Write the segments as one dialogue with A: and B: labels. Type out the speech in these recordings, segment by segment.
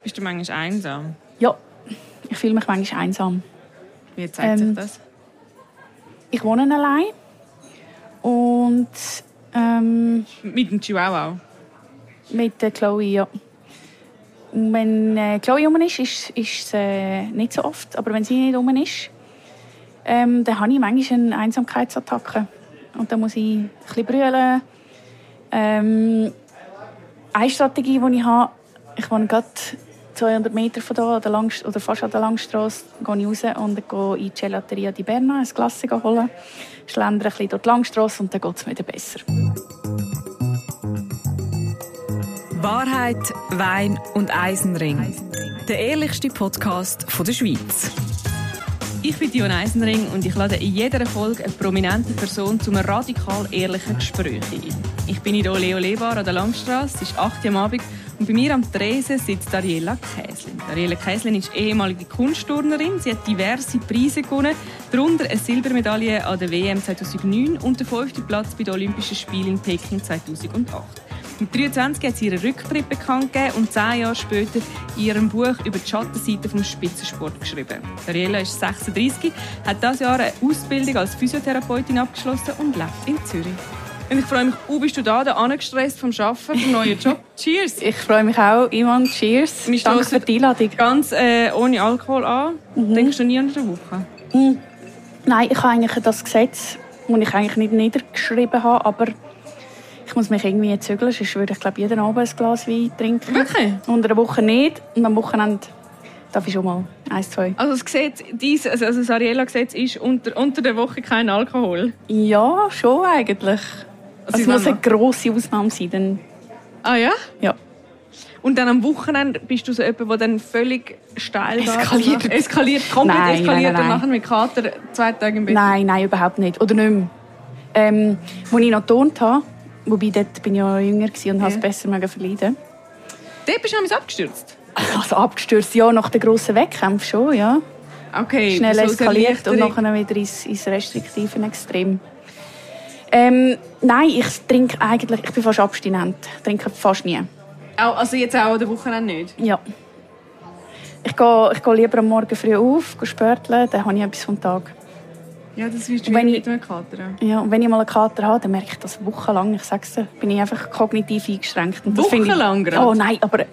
A: Bist du manchmal einsam?
B: Ja, ich fühle mich manchmal einsam.
A: Wie zeigt sich
B: Ähm.
A: das?
B: Ich wohne allein und ähm,
A: Mit dem Chihuahua.
B: mit der eh, Chloe, ja. Und wenn äh, Chloe rum ist, ist ist es äh, nicht so oft. Aber wenn sie nicht rum ist, ähm, dann habe ich manchmal eine Einsamkeitsattacke. Und dann muss ich ein bisschen brüllen. Ähm, eine Strategie, die ich habe, ich wohne gerade 200 Meter von hier, an der Langst oder fast an der Langstrasse, gehe ich raus und gehe in die Gelateria di Berna, ein Glas holen, schlendere ein bisschen durch die Langstrasse und dann geht es mir wieder besser.
C: Wahrheit, Wein und Eisenring. Der ehrlichste Podcast von der Schweiz.
A: Ich bin Dion Eisenring und ich lade in jeder Folge eine prominente Person zu einem radikal ehrlichen Gespräch ein. Ich bin in der Oleo Lebar an der Langstrasse, es ist 8 Uhr am Abend und bei mir am Tresen sitzt Dariela Käslin. Dariela Käslin ist ehemalige Kunstturnerin, sie hat diverse Preise gewonnen, darunter eine Silbermedaille an der WM 2009 und den fünften Platz bei den Olympischen Spielen in Peking 2008. Mit 23 hat sie ihren Rücktritt bekannt gegeben und zehn Jahre später in ihrem Buch über die Schattenseite vom Spitzensport geschrieben. Dariela ist 36, hat dieses Jahr eine Ausbildung als Physiotherapeutin abgeschlossen und lebt in Zürich. Und ich freue mich, oh, bist du da, da angestresst vom Arbeiten, vom neuen Job? Cheers!
B: Ich freue mich auch, Ivan. Cheers.
A: Wir
B: Danke
A: stossen-
B: für die Einladung.
A: Ganz äh, ohne Alkohol an, denkst du nie an eine Woche.
B: Nein, ich habe eigentlich das Gesetz, das ich eigentlich nicht niedergeschrieben habe, aber ich muss mich irgendwie zügeln, sonst würde ich glaube jeden Abend ein Glas Wein trinken.
A: Wirklich?
B: Und eine Woche nicht und am Wochenende darf ich schon mal eins, zwei.
A: Also das Gesetz, dies, also also das Ariella-Gesetz ist unter, unter der Woche kein Alkohol.
B: Ja, schon eigentlich. Also
A: Sie
B: es muss
A: wollen
B: eine grosse Ausnahme sein, dann,
A: Ah ja?
B: ja.
A: Und dann am Wochenende bist du so jemand, der dann völlig steil geht.
B: Eskaliert.
A: Nach- Eskaliert, komplett
B: Nein,
A: eskaliert
B: nein, nein,
A: und
B: nein.
A: nachher mit Kater zwei Tage im Bett.
B: Nein, nein, überhaupt nicht. Oder nicht mehr. Ähm, als ich noch getont habe, wobei dort bin ich ja jünger gewesen und habe
A: Ja.
B: es besser mögen verleiden
A: Dort bist du nämlich abgestürzt.
B: Also abgestürzt, ja, nach den grossen Wettkämpfen schon, ja.
A: Okay.
B: schnell
A: so aus
B: eskaliert und
A: Erleichterung.
B: nachher wieder ins, ins restriktive Extrem. Ähm, nein, ich trinke eigentlich, ich bin fast abstinent, trinke fast nie.
A: Auch, also jetzt auch an der Wochenende nicht.
B: Ja. Ich gehe, ich gehe lieber am Morgen früh auf, gehe spörteln, dann habe ich etwas vom Tag.
A: Ja, das wirst
B: Und
A: du
B: wenn
A: mit
B: ich-
A: einem Kater.
B: Ja, und wenn ich mal einen Kater habe, dann merke ich das wochenlang, ich sag's dir, bin ich einfach kognitiv eingeschränkt. Und das finde
A: Wochenlang
B: ich,
A: gerade?
B: Oh nein, aber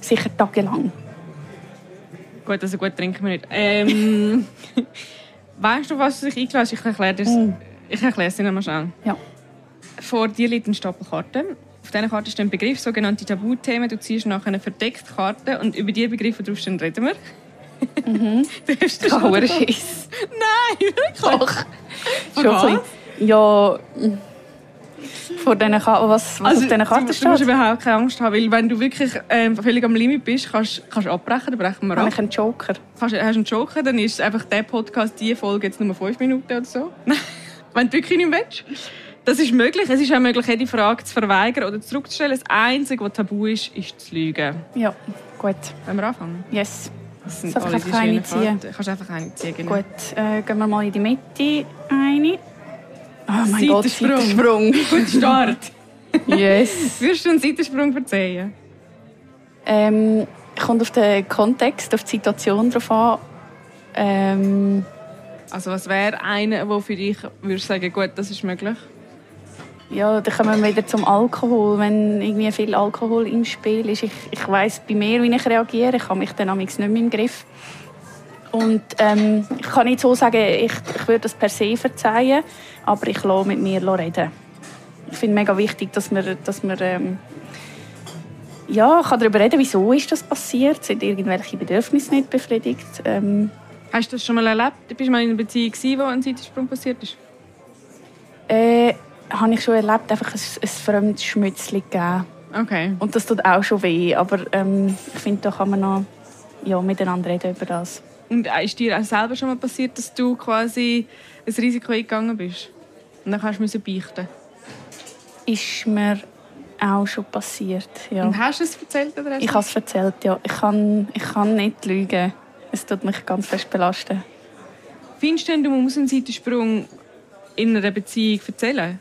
B: sicher tagelang.
A: Gut, also gut trinken wir nicht. Ähm, weißt du, was du dich eingeladen hast? Ich erkläre dir
B: Mm.
A: Ich erkläre es dir nochmal schnell.
B: Ja.
A: Vor dir liegt ein Stapel Karten. Auf diesen Karten stehen Begriffe, sogenannte Tabuthemen. Du ziehst nachher eine verdeckte Karte und über die Begriffe, die drauf stehen, reden wir. Mhm. du hast
B: Oh,
A: schon-
B: Scheiss.
A: Nein, wirklich.
B: Doch.
A: Von
B: Schon ein bisschen. Ja. mm. Vor diesen Karten, was, was Also auf diesen Karten
A: du, du musst
B: steht.
A: überhaupt keine Angst haben, weil wenn du wirklich ähm, völlig am Limit bist, kannst kannst du abbrechen, dann brechen wir
B: Habe
A: ab.
B: ich einen Joker?
A: Kannst, äh, hast einen Joker, dann ist einfach der Podcast, die Folge jetzt nur 5 Minuten oder so. wenn du wirklich nicht willst. Das ist möglich. Es ist auch möglich, jede Frage zu verweigern oder zurückzustellen. Das Einzige, was tabu ist, ist zu lügen.
B: Ja, gut.
A: Wollen wir anfangen?
B: Yes.
A: Das sind
B: Soll ich
A: alle
B: einfach
A: die schönen
B: eine ziehen?
A: Karten. Du kannst einfach eine ziehen, genau.
B: Gut, äh, gehen wir mal in die Mitte eine. Oh mein Gott,
A: Seitensprung. Gut Start.
B: Seitensprung. Yes.
A: Würdest du einen Seitensprung verzeihen?
B: ähm, kommt auf den Kontext, auf die Situation drauf an. Ähm,
A: Also was wäre einer, der für dich würde sagen, gut, das ist möglich?
B: ja, dann kommen wir wieder zum Alkohol. Wenn irgendwie viel Alkohol im Spiel ist, ich, ich weiß bei mir, wie ich reagiere. Ich habe mich dann amigs nicht mehr im Griff. Und ähm, ich kann nicht so sagen, ich, ich würde das per se verzeihen, aber ich lasse mit mir reden. Ich finde mega wichtig, dass man, dass man ähm, ja, kann darüber reden wieso ist das passiert, sind irgendwelche Bedürfnisse nicht befriedigt. Ähm,
A: Hast du das schon mal erlebt? Bist du mal in einer Beziehung, gewesen, wo ein Seitensprung passiert ist?
B: äh, habe ich schon erlebt, einfach ein, ein fremdes Schmützli gegeben.
A: Okay.
B: Und das tut auch schon weh, aber ähm, ich finde, da kann man noch ja, miteinander reden über das.
A: Und äh, ist dir auch selber schon mal passiert, dass du quasi ein Risiko eingegangen bist? Und dann kannst du müssen beichten.
B: Ist mir auch schon passiert, ja.
A: Und hast du es erzählt oder hast
B: Ich
A: du-
B: habe es erzählt, ja. Ich kann, ich kann nicht lügen. Es tut mich ganz fest belasten.
A: Findest du denn, du musst einen Seitensprung in einer Beziehung erzählen?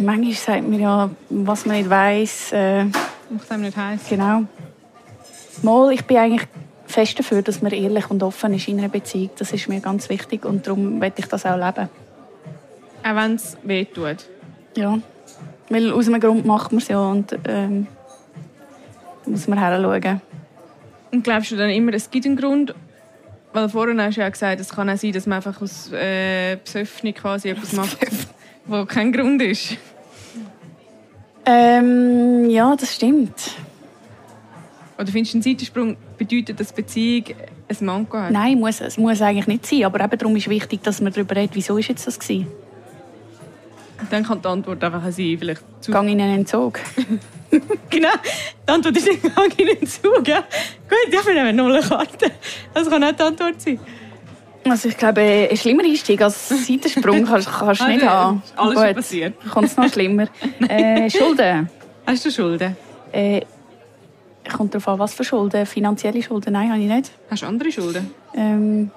B: Manchmal sagt man ja, was man nicht weiß, äh,
D: Macht einem nicht heiß.
B: Genau. Mal, ich bin eigentlich fest dafür, dass man ehrlich und offen ist in einer Beziehung. Das ist mir ganz wichtig und darum möchte ich das auch leben.
A: Auch wenn es weh tut.
B: Ja. Weil aus einem Grund macht man es ja und ähm, da muss man heranschauen.
A: Und glaubst du dann immer, es gibt einen Grund? Weil vorhin hast du ja auch gesagt, es kann auch sein, dass man einfach aus äh, Besöffnung quasi etwas macht, wo kein Grund ist.
B: Ähm, ja, das stimmt.
A: Oder findest du, ein Seitensprung bedeutet, dass die Beziehung ein Manko hat?
B: Nein, muss, es muss eigentlich nicht sein. Aber eben darum ist wichtig, dass man darüber redet, wieso ist jetzt das gewesen?
A: Dann kann die Antwort einfach auch sein, vielleicht zu...
B: Gang in einen Entzug.
A: Genau, die Antwort ist nicht «Gang in den Zug». Ja? Gut, ja, wir nehmen noch eine Karte. Das kann auch die Antwort sein.
B: Also ich glaube, ein schlimmer Einstieg als Seitensprung kannst kannst du nicht
A: Also,
B: haben.
A: ist Alles schon
B: Gut,
A: passiert.
B: kommt es noch schlimmer. äh, Schulden.
A: Hast du Schulden?
B: Äh, kommt darauf an, was für Schulden. Finanzielle Schulden, nein, habe ich nicht.
A: Hast du andere Schulden?
B: Ähm,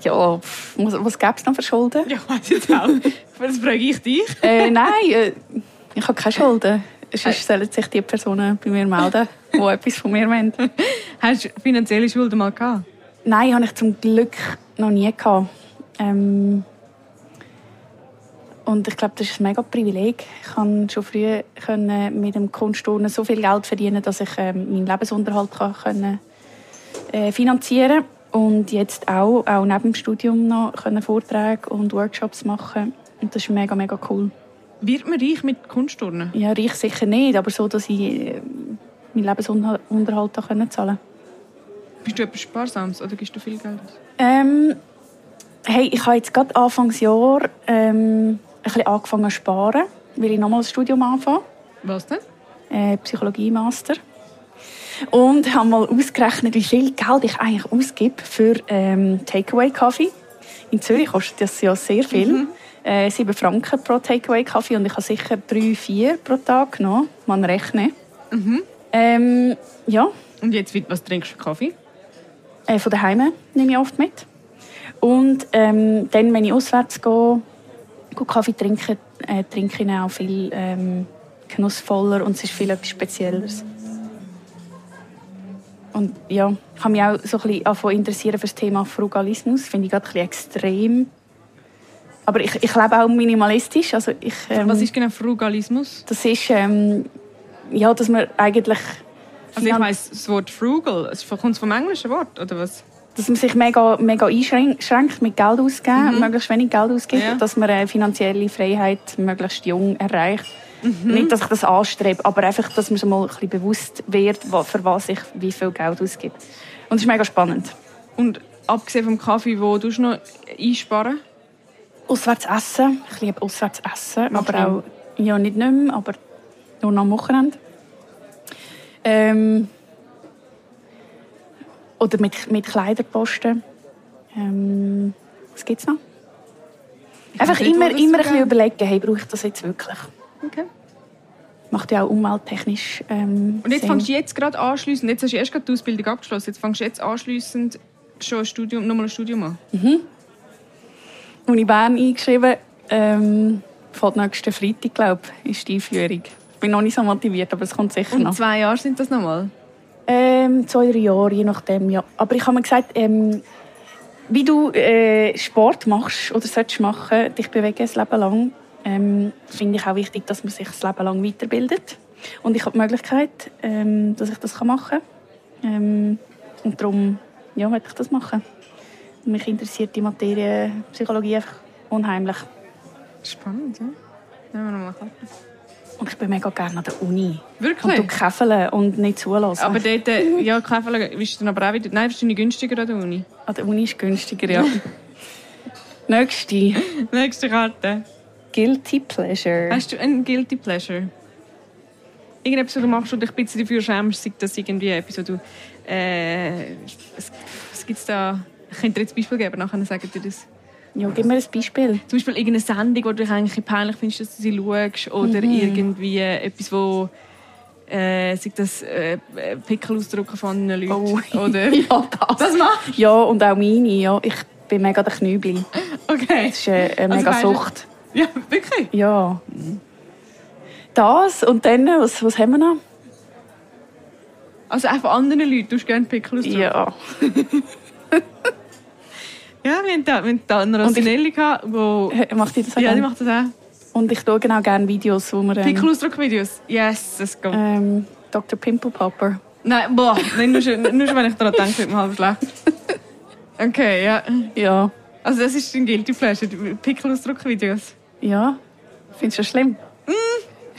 B: ja, pff, was, was gäbe es noch für Schulden?
A: Ja, ich weiss jetzt auch. Das frage ich dich.
B: äh, nein, äh, ich habe keine Schulden. Sonst sollen sich die Personen bei mir melden, die etwas von mir wollen.
A: Hast du finanzielle Schulden mal gehabt?
B: Nein, habe ich zum Glück noch nie gehabt. Ähm, und ich glaube, das ist ein mega Privileg. Ich konnte schon früh können mit dem Kunstturnen so viel Geld verdienen, dass ich ähm, meinen Lebensunterhalt kann, können, äh, finanzieren Und jetzt auch, auch neben dem Studium noch können Vorträge und Workshops machen. Und das ist mega, mega cool.
A: Wird man reich mit Kunstturnen?
B: Ja, reich sicher nicht, aber so, dass ich äh, meinen Lebensunterhalt da können zahlen
A: Bist du etwas Sparsames oder gibst du viel Geld aus?
B: ähm, Hey, ich habe jetzt gerade Anfangsjahr ähm, ein bisschen angefangen zu sparen, weil ich nochmal das Studium anfange,
A: Was denn?
B: äh, Psychologie-Master. Und habe mal ausgerechnet, wie viel Geld ich eigentlich ausgib für ähm, Takeaway-Kaffee. In Zürich kostet das ja sehr viel. Äh, 7 Franken pro Takeaway-Kaffee und ich habe sicher 3, 4 pro Tag genommen. Man rechne. Ähm, ja,
A: Und jetzt, wird- was trinkst du? Kaffee?
B: äh, von daheim nehme ich oft mit. Und ähm, dann, wenn ich auswärts gehe, gehe Kaffee trinke, äh, trinke ich ihn auch viel ähm, genussvoller und es ist viel etwas Spezielleres. Und ja, ich habe mich auch so ein bisschen angefangen zu interessieren für das Thema Frugalismus. Finde ich gerade ein bisschen extrem. Aber ich, ich lebe auch minimalistisch. Also ich, ähm,
A: Was ist genau Frugalismus?
B: das ist, ähm, ja, dass man eigentlich...
A: Also ich
B: finan-
A: weiss, das Wort frugal, es kommt vom englischen Wort, oder was?
B: dass man sich mega, mega einschränkt mit Geld ausgeben, möglichst wenig Geld ausgibt,
A: Ja.
B: dass man äh, finanzielle Freiheit möglichst jung erreicht. Nicht, dass ich das anstrebe, aber einfach, dass man sich mal ein bisschen bewusst wird, wa- für was ich wie viel Geld ausgibt. Und das ist mega spannend.
A: Und abgesehen vom Kaffee, wo tust du noch einsparen?
B: Auswärts essen. Ich liebe auswärts essen.
A: Machst
B: aber auch, ja, nicht nicht mehr, aber nur noch am Wochenende. Ähm, oder mit, mit Kleiderposten. Ähm, was gibt es noch? Einfach
A: nicht, wo
B: immer,
A: das so
B: immer ein bisschen
A: geht.
B: überlegen, hey, brauche ich das jetzt wirklich?
A: Okay.
B: Macht ja auch umwelttechnisch ähm,
A: Und jetzt
B: Sinn.
A: fängst du jetzt gerade anschliessend, jetzt hast du erst gerade die Ausbildung abgeschlossen, jetzt fängst du jetzt anschliessend schon ein Studium, nochmal ein Studium an.
B: Uni Bern eingeschrieben. Ähm, fährt nächsten Freitag, glaube ich, ist die Einführung. Ich bin noch nicht so motiviert, aber es kommt sicher
A: Und
B: noch.
A: zwei Jahre sind das nochmal.
B: Ähm, zwei, drei Jahre, je nachdem, ja. Aber ich habe mir gesagt, ähm, wie du äh, Sport machst oder solltest machen, dich bewegen das Leben lang, ähm, finde ich auch wichtig, dass man sich das Leben lang weiterbildet. Und ich habe die Möglichkeit, ähm, dass ich das kann machen kann. Ähm, und darum, ja, möchte ich das machen. Mich interessiert die Materie Psychologie einfach unheimlich.
A: Spannend, ja. Nehmen wir nochmal Karte.
B: Und ich bin mega gerne an der Uni. Und du
A: Wirklich?
B: käfeln und nicht zulassen.
A: Aber dort, äh, ja, Kaffee bist du dann aber auch wieder, nein, bist du nicht günstiger an der Uni.
B: an der Uni ist günstiger, ja. Nächste.
A: Nächste Karte.
B: Guilty Pleasure.
A: Hast du ein Guilty Pleasure? Irgendetwas, was du machst und dich ein bisschen dafür schämst, sei das irgendwie etwas, wo du... Äh, was was gibt's da? Ich könnte dir jetzt ein Beispiel geben, nachher sagen dir das.
B: Ja, gib mir ein Beispiel.
A: Zum Beispiel irgendeine Sendung, wo du dich eigentlich peinlich findest, dass du sie schaust. Oder
B: Mhm.
A: irgendwie etwas, wo... Äh, sei das äh, Pickel ausdrucken von anderen Leuten.
B: Oh.
A: Oder...
B: Ja, das.
A: Das machst
B: Ja, und auch meine. Ja. Ich bin mega der Knübel.
A: Okay.
B: Das ist äh, eine
A: Also
B: mega
A: weisst du-
B: Sucht.
A: Ja, wirklich.
B: Ja. Das und dann, was, was haben wir noch?
A: Also auch von anderen Leuten, du gerne Pickel aus
B: Ja.
A: ja, wir haben da, wir haben da eine
B: Und ich-
A: Rosinelli gehabt, wo...
B: Äh, Macht ihr das auch
A: Ja, die
B: gerne?
A: macht das auch.
B: Und ich schaue auch gerne Videos, wo man ähm,
A: Pickelausdruckvideos. Yes, das geht.
B: ähm, Dr. Pimple Popper.
A: Nein, boah, nein, nur, schon, nur schon, wenn ich daran denke, wird mir halb schlecht. Okay, ja.
B: Ja.
A: Also das ist dein Guilty Pleasure, die Pickelausdruckvideos.
B: Ja. Findest du das schlimm?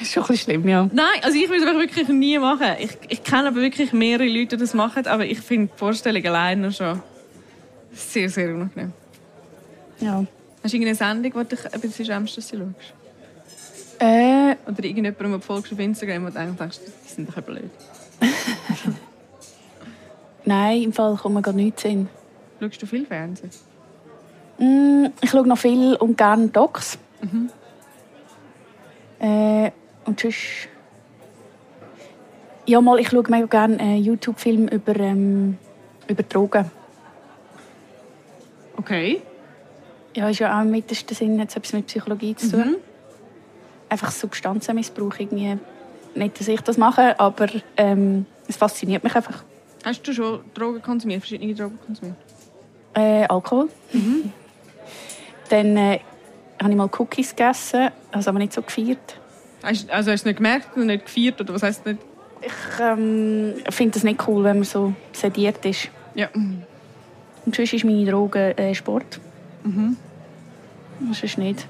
B: Ist schon ein bisschen schlimm, ja.
A: Nein, also ich würde das wirklich nie machen. Ich, ich kenne aber wirklich mehrere Leute, die das machen, aber ich finde die Vorstellung allein noch schon sehr, sehr unangenehm.
B: ja.
A: Hast du irgendeine Sendung, wo du dich ein bisschen schämst, dass du sie schaust?
B: Äh,
A: Oder irgendjemandem, der du folgst auf Instagram und eigentlich denkst, die sind doch ein blöd.
B: nein, im Fall kommt mir gar nichts in. den
A: Schaust du viel Fernsehen?
B: Sinn. Mm, ich schaue noch viel und gerne Docs. Äh, und sonst... Ja, mal, ich schaue mega gerne äh, YouTube-Filme über, ähm, über Drogen.
A: Okay.
B: Ja, ist ja auch im mittelsten Sinn hat es etwas mit Psychologie zu
A: Mhm.
B: tun. Einfach Substanzenmissbrauch irgendwie. Nicht, dass ich das mache, aber ähm, es fasziniert mich einfach.
A: Hast du schon Drogen konsumiert, verschiedene Drogen konsumiert?
B: Äh, Alkohol. Dann äh, habe ich mal Cookies gegessen, also aber nicht so gefeiert.
A: Hast, also hast du es nicht gemerkt und nicht gefeiert oder was heisst nicht?
B: Ich ähm, finde das nicht cool, wenn man so sediert ist.
A: Ja. Mhm.
B: Und sonst ist meine Droge äh, Sport. Mhm. Sonst nicht.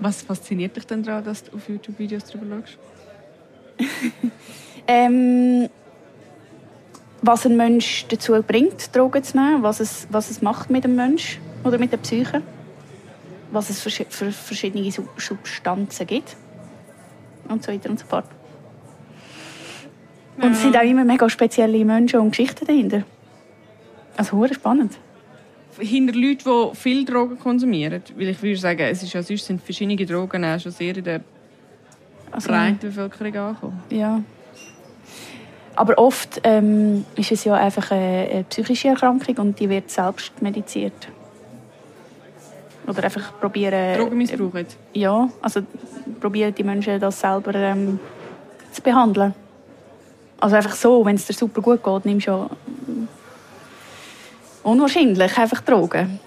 A: Was fasziniert dich denn daran, dass du auf YouTube-Videos darüber schaust?
B: Ähm, was ein Mensch dazu bringt, Drogen zu nehmen, was es, was es macht mit dem Mensch oder mit der Psyche, was es für, für verschiedene Sub Substanzen gibt und so weiter und so fort. Und es sind auch immer mega spezielle Menschen und Geschichten dahinter. Also hure spannend.
A: Hinter Leuten, die viel Drogen konsumieren, weil ich würde sagen, es ist ja sonst sind verschiedene Drogen auch schon sehr in der
B: Also,
A: breiten Bevölkerung angekommen.
B: Ja. Aber oft ähm, ist es ja einfach eine, eine psychische Erkrankung und die wird selbst mediziert. Oder einfach probieren.
A: Drogenmissbrauch jetzt.
B: Äh, ja, also probieren die Menschen das selber ähm, zu behandeln. Also einfach so, wenn es dir super gut geht, nimmst du ja mm, unwahrscheinlich einfach Drogen.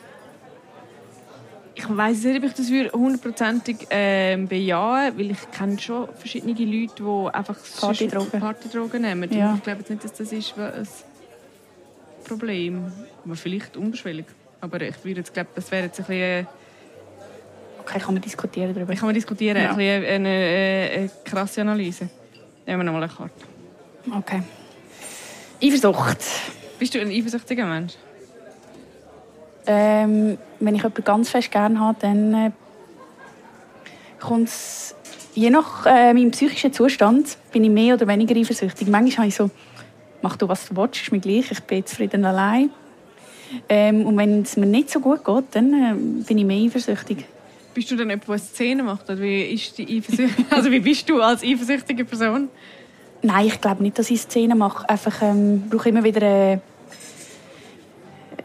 A: Ich weiß nicht, ob ich das würde hundertprozentig ähm, bejahen weil ich kenne schon verschiedene Leute, die einfach sonst
B: Partydrogen.
A: Partydrogen nehmen.
B: Ja.
A: Und ich glaube jetzt nicht, dass das ist ein Problem Aber vielleicht unbeschwellig. Aber ich würde jetzt glaube, das wäre jetzt ein bisschen... äh,
B: Okay, kann man diskutieren darüber.
A: Ich kann mal diskutieren.
B: Ja.
A: Ein bisschen äh, eine, eine, eine krasse Analyse. Nehmen wir nochmal eine Karte.
B: Okay. Eifersucht.
A: Bist du ein eifersüchtiger Mensch?
B: Ähm, wenn ich jemanden ganz fest gerne habe, dann äh, kommt es, je nach äh, meinem psychischen Zustand, bin ich mehr oder weniger eifersüchtig. Manchmal habe ich so, mach du was du willst, ist mir gleich, ich bin zufrieden allein. Ähm, und wenn es mir nicht so gut geht, dann äh, bin ich mehr eifersüchtig.
A: Bist du dann jemand, der eine Szene macht? Oder wie, ist die Eifersücht- also wie bist du als eifersüchtige Person?
B: Nein, ich glaube nicht, dass ich Szenen mache. Einfach ähm, brauche immer wieder, äh,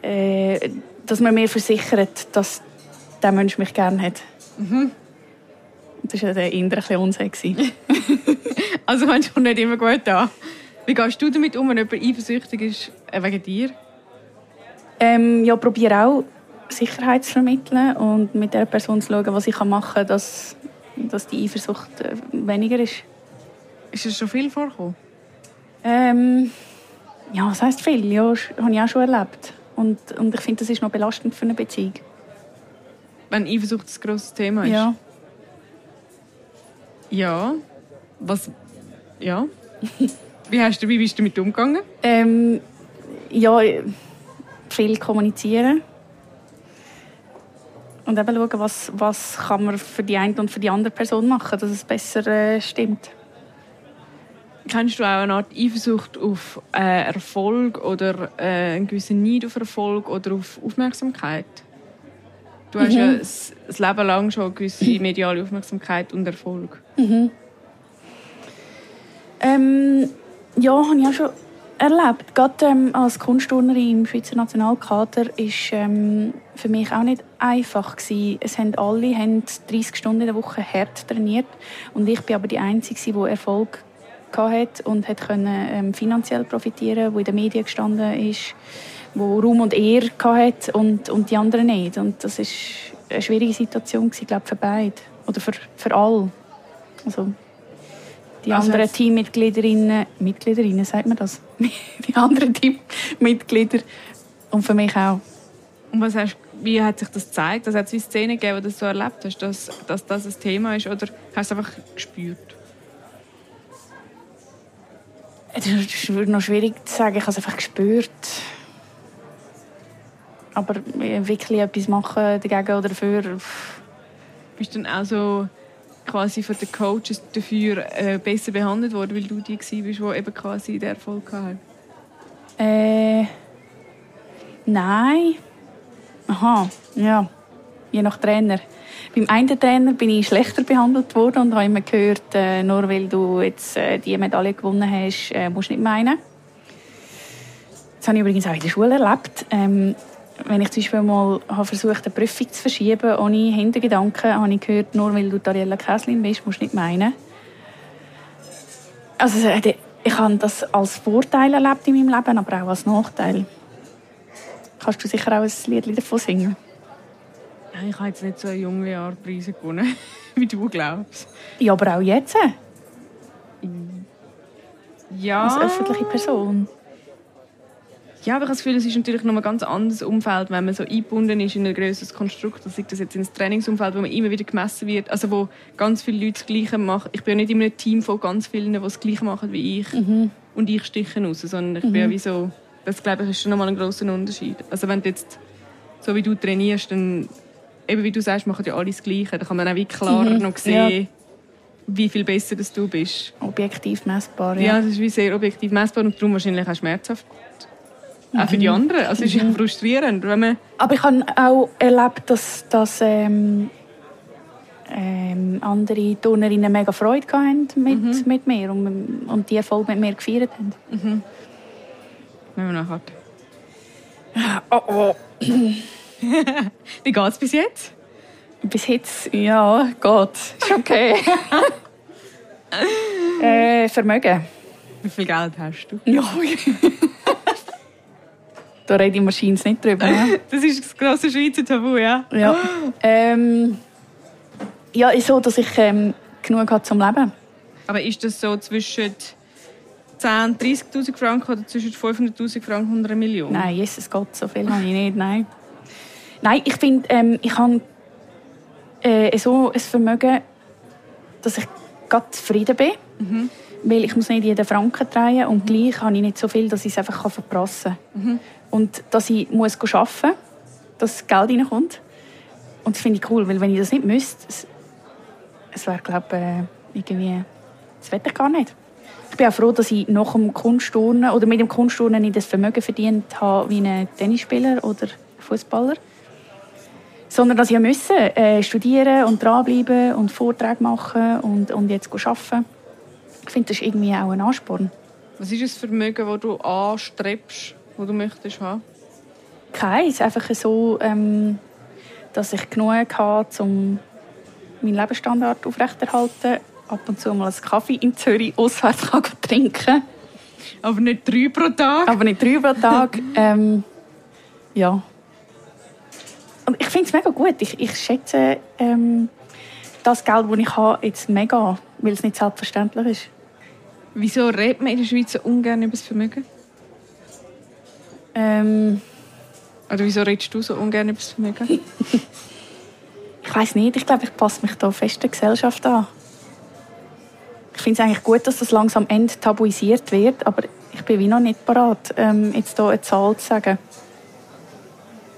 B: äh, dass man mir versichert, dass der Mensch mich gerne hat. Das ist ja der Inder ein bisschen unsexy.
A: Also meinst du nicht immer gut an. Wie gehst du damit um, wenn jemand eifersüchtig ist äh, wegen dir?
B: Ähm, ja, probiere auch Sicherheit zu vermitteln und mit der Person zu schauen, was ich machen kann, dass, dass die Eifersucht äh, weniger ist.
A: Ist das schon viel vorgekommen?
B: Ähm, ja, das heisst viel. Ja, sch- habe ich auch schon erlebt. Und, und ich finde, das ist noch belastend für eine Beziehung.
A: Wenn Eifersucht ein grosses Thema ist?
B: Ja.
A: Ja. Was? Ja. wie, hast du, wie bist du damit umgegangen?
B: Ähm, ja, äh, viel kommunizieren. Und eben schauen, was, was kann man für die eine und für die andere Person machen, dass es besser äh, stimmt.
A: Kennst du auch eine Art Eifersucht auf äh, Erfolg oder äh, einen gewissen Neid auf Erfolg oder auf Aufmerksamkeit? Du hast ja s- das Leben lang schon eine gewisse mediale Aufmerksamkeit und Erfolg.
B: Ähm, ja, habe ich auch schon erlebt. Gerade ähm, als Kunstturnerin im Schweizer Nationalkader ist ähm, für mich auch nicht einfach gewesen. Es haben alle haben 30 Stunden in der Woche hart trainiert und ich bin aber die Einzige, gewesen, die Erfolg hatte und hat können ähm, finanziell profitieren, wo in den Medien gestanden ist, wo Ruhm und Ehre hatte und und die anderen nicht. Und das ist eine schwierige Situation gewesen, glaube für beide oder für für alle. Also die
A: Also
B: anderen
A: jetzt-
B: Teammitgliederinnen, Mitgliederinnen, sagt man das? Die anderen Teammitglieder und für mich auch.
A: Und was hast, wie hat sich das gezeigt? Also hat es wie Szenen gegeben, die du so erlebt hast, dass, dass das ein Thema ist? Oder hast du es einfach gespürt?
B: Es ist noch schwierig zu sagen, ich habe es einfach gespürt. Aber wirklich etwas machen dagegen oder dafür, pff,
A: Bist du dann auch so quasi von den Coaches dafür äh, besser behandelt worden, weil du die warst, die eben quasi den Erfolg hatten?
B: äh, nein. Aha, ja, je nach Trainer. Beim einen Trainer bin ich schlechter behandelt worden und habe immer gehört, äh, nur weil du jetzt äh, die Medaille gewonnen hast, äh, musst du nicht meinen. Das habe ich übrigens auch in der Schule erlebt. Ähm, wenn ich zum Beispiel mal habe versucht eine Prüfung zu verschieben, ohne Hintergedanken, habe ich gehört, nur weil du Daniela Käslin bist, musst du nicht meinen. Also, äh, die- ich habe das als Vorteil erlebt in meinem Leben, aber auch als Nachteil. Kannst du sicher auch ein Lied davon singen?
A: Nein, ich habe jetzt nicht so einen jungen Jahr Preise gewonnen, wie du glaubst.
B: Ja, aber auch jetzt, äh,
A: Ja.
B: als öffentliche Person.
A: Ja, aber ich habe das Gefühl, es ist natürlich noch ein ganz anderes Umfeld, wenn man so eingebunden ist in ein grösseres Konstrukt. Das sei das jetzt ins Trainingsumfeld, wo man immer wieder gemessen wird, also wo ganz viele Leute das Gleiche machen. Ich bin ja nicht in einem Team von ganz vielen, die das Gleiche machen wie ich. Und ich stiche raus, sondern ich bin ja wie so... Das, glaube ich, ist schon nochmal ein grosser Unterschied. Also wenn du jetzt, so wie du trainierst, dann... Eben wie du sagst, machen ja alle das Gleiche. Da kann man auch wie klarer
B: Mhm,
A: noch sehen, wie viel besser das du bist.
B: Objektiv messbar,
A: Ja,
B: ja.
A: es ist wie sehr objektiv messbar und darum wahrscheinlich auch schmerzhaft. Auch für die anderen. Also es ist ja frustrierend, wenn man...
B: Aber ich habe auch erlebt, dass, dass ähm, ähm, andere Turnerinnen mega Freude hatten mit, mit mir und, und die Erfolg mit mir gefeiert haben.
A: Wenn man nachher...
B: Oh, oh.
A: Wie geht's bis jetzt?
B: Bis jetzt, ja, geht. Ist okay. äh, Vermögen.
A: Wie viel Geld hast du?
B: Ja. da rede ich wahrscheinlich nicht drüber. Ne?
A: Das ist das grosse Schweizer Tabu, ja?
B: Ja. Ähm, ja, ist so, dass ich ähm, genug habe zum Leben.
A: Aber ist das so zwischen 10 und 30'000 Franken oder zwischen 500'000 Franken und einer Million?
B: Nein, Jesus Gott, so viel habe ich nicht. Nein, nein ich finde, ähm, ich habe äh, so ein Vermögen, dass ich gerade zufrieden bin. Weil ich muss nicht jeden Franken drehen und gleich habe ich nicht so viel, dass ich es einfach kann verprassen kann. Und dass ich muss go arbeiten muss, dass Geld reinkommt. Und das finde ich cool, weil wenn ich das nicht müsste, es, es wäre, glaube ich, irgendwie... Das will ich gar nicht. Ich bin auch froh, dass ich nach dem Kunstturnen oder mit dem Kunstturnen nicht das Vermögen verdient habe wie ein Tennisspieler oder Fußballer. Sondern dass ich müssen, äh, studieren und dranbleiben und Vorträge machen und, und jetzt go arbeiten. Ich finde, das ist irgendwie auch ein Ansporn.
A: Was ist das Vermögen, das du anstrebst, das du möchtest haben?
B: Keins, einfach so, ähm, dass ich genug habe, um meinen Lebensstandard aufrechterhalten. Ab und zu mal einen Kaffee in Zürich auswärts kann gehen trinken.
A: Aber nicht drei pro Tag?
B: Aber nicht drei pro Tag. ähm, ja. Und ich finde es mega gut. Ich, ich schätze ähm, das Geld, das ich habe, jetzt mega, weil es nicht selbstverständlich ist.
A: Wieso redet man in der Schweiz so ungern über das Vermögen?
B: Ähm,
A: Oder wieso redest du so ungern über das Vermögen?
B: ich weiß nicht, ich glaube, ich passe mich da fest der Gesellschaft an. Ich finde es eigentlich gut, dass das langsam enttabuisiert wird, aber ich bin wie noch nicht bereit, ähm, jetzt hier eine Zahl zu sagen.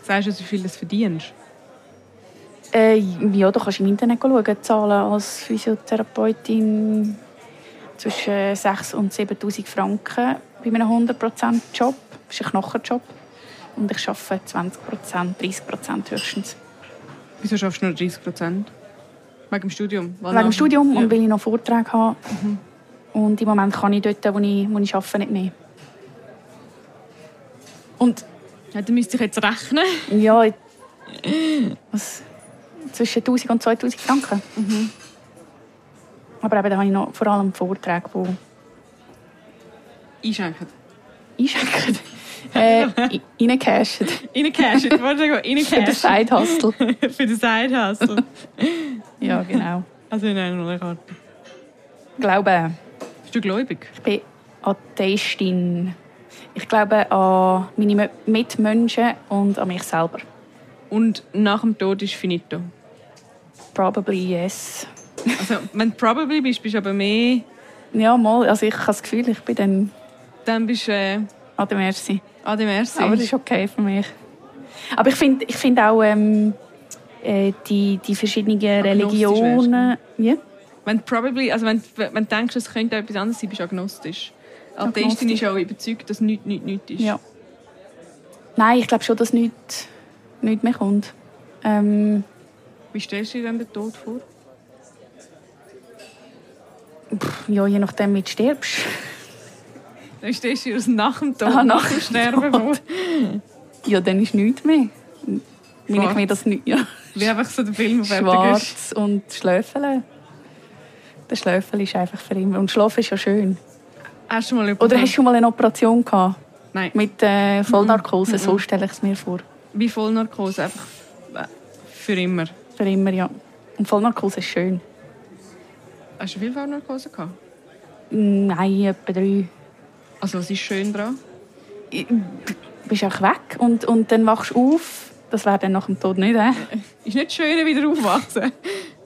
A: Sagst du, wie viel du verdienst?
B: Äh, ja, du kannst im Internet schauen, Zahlen als Physiotherapeutin zwischen 6.000 und 7'000 Franken bei einem 100%-Job. Das ist ein Knochenjob. Und ich arbeite 20%, 30% höchstens.
A: Wieso schaffst du nur 30 Prozent? Wegen dem Studium?
B: Wegen dem Studium und weil ich noch Vorträge habe. Und im Moment kann ich dort, wo ich, wo ich arbeite, nicht mehr. Und
A: Ja, dann müsste ich jetzt rechnen.
B: ja, ich- was, zwischen 1000 und 2000 Franken. Aber eben, da habe ich noch vor allem Vorträge, die
A: Einschenken.
B: einschenken, äh, reingecashen
A: Reincashen. Ich wollte sagen,
B: für den
A: reincashen.
B: Side-Hustle.
A: Für den Side-Hustle.
B: ja, genau.
A: Also in einer Rollenkarte.
B: Ich glaube,
A: Bist du gläubig?
B: ich bin Atheistin. Ich glaube an meine Me- Mitmenschen und an mich selber.
A: Und nach dem Tod ist finito.
B: Probably yes.
A: Also, wenn du probably bist, bist du aber mehr...
B: Ja, mal, also ich habe das Gefühl, ich bin dann
A: Dann bist du äh,
B: an dem Merci.
A: an dem Ersten.
B: Aber das ist okay für mich. Aber ich finde ich find auch ähm, äh, die, die verschiedenen Religionen. Ja,
A: Wenn du probably, also wenn, du- wenn du denkst, es könnte etwas anderes sein, bist du agnostisch. Atheistin
B: Agnostisch.
A: ist auch überzeugt, dass nichts, nichts, nichts ist.
B: ja. Nein, ich glaube schon, dass nichts, nichts mehr kommt. Ähm,
A: Wie stellst du dir denn den Tod vor?
B: ja, je nachdem, wie du stirbst.
A: Dann stellst du dir das nach dem Tod,
B: Ah,
A: nach,
B: nach
A: dem
B: dem
A: Sterben vor.
B: Ja, dann ist nichts mehr. Wenn ich
A: Schwarz.
B: mir das nicht. Ja.
A: Wie einfach so der Film auf Erdbeergusch.
B: Schwarz und Schlöfeln. Der Schlöffel ist einfach für immer. Und Schlafen ist ja schön.
A: Hast du mal jemanden-
B: Oder hast du schon mal eine Operation gehabt?
A: Nein,
B: Mit äh, Vollnarkose,
A: Mhm.
B: so stelle ich es mir vor.
A: wie Vollnarkose, einfach äh, für immer.
B: Für immer, ja. Und Vollnarkose ist schön.
A: Hast du viel Vollnarkose gehabt?
B: Mm, Nein, etwa drei.
A: Also was ist schön dran?
B: Du bist auch weg und, und dann wachst du auf. Das wäre dann nach dem Tod nicht, hä?
A: Ist nicht schön, wieder aufwachen.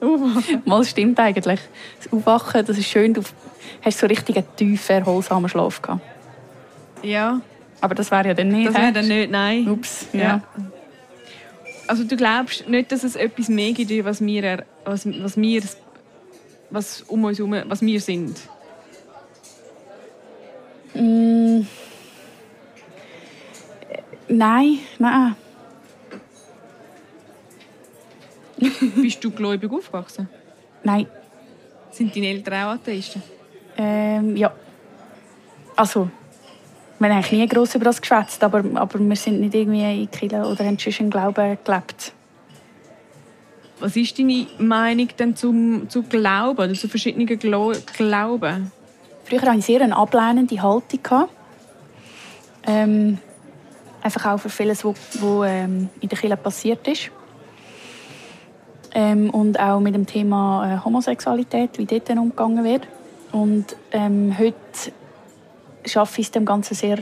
A: aufwachen.
B: Mal es stimmt eigentlich. Das Aufwachen, das ist schön. Du hast so richtig einen tiefen, erholsamen Schlaf gehabt.
A: Ja,
B: Aber das wäre ja dann nicht,
A: das
B: hä?
A: wäre dann nicht, nein.
B: Ups, ja.
A: Ja. Also du glaubst nicht, dass es etwas mehr gibt, was wir, er- was, was wir, was um uns herum, was wir sind.
B: Mm. Nein, nein.
A: Bist du gläubig aufgewachsen?
B: Nein.
A: Sind deine Eltern auch Atheisten?
B: Ähm, ja. Also, wir haben eigentlich nie gross über das geschwätzt, aber, aber wir sind nicht irgendwie in Kiel oder haben sonst einen Glauben gelebt.
A: Was ist deine Meinung denn zum, zu Glauben oder zu verschiedenen Glo Glauben?
B: Früher hatte ich sehr eine ablehnende Haltung. gehabt. Ähm, einfach auch für vieles, was ähm, in der Kirche passiert ist. Ähm, und auch mit dem Thema äh, Homosexualität, wie dort dann umgegangen wird. Und ähm, heute schaffe ich es dem Ganzen sehr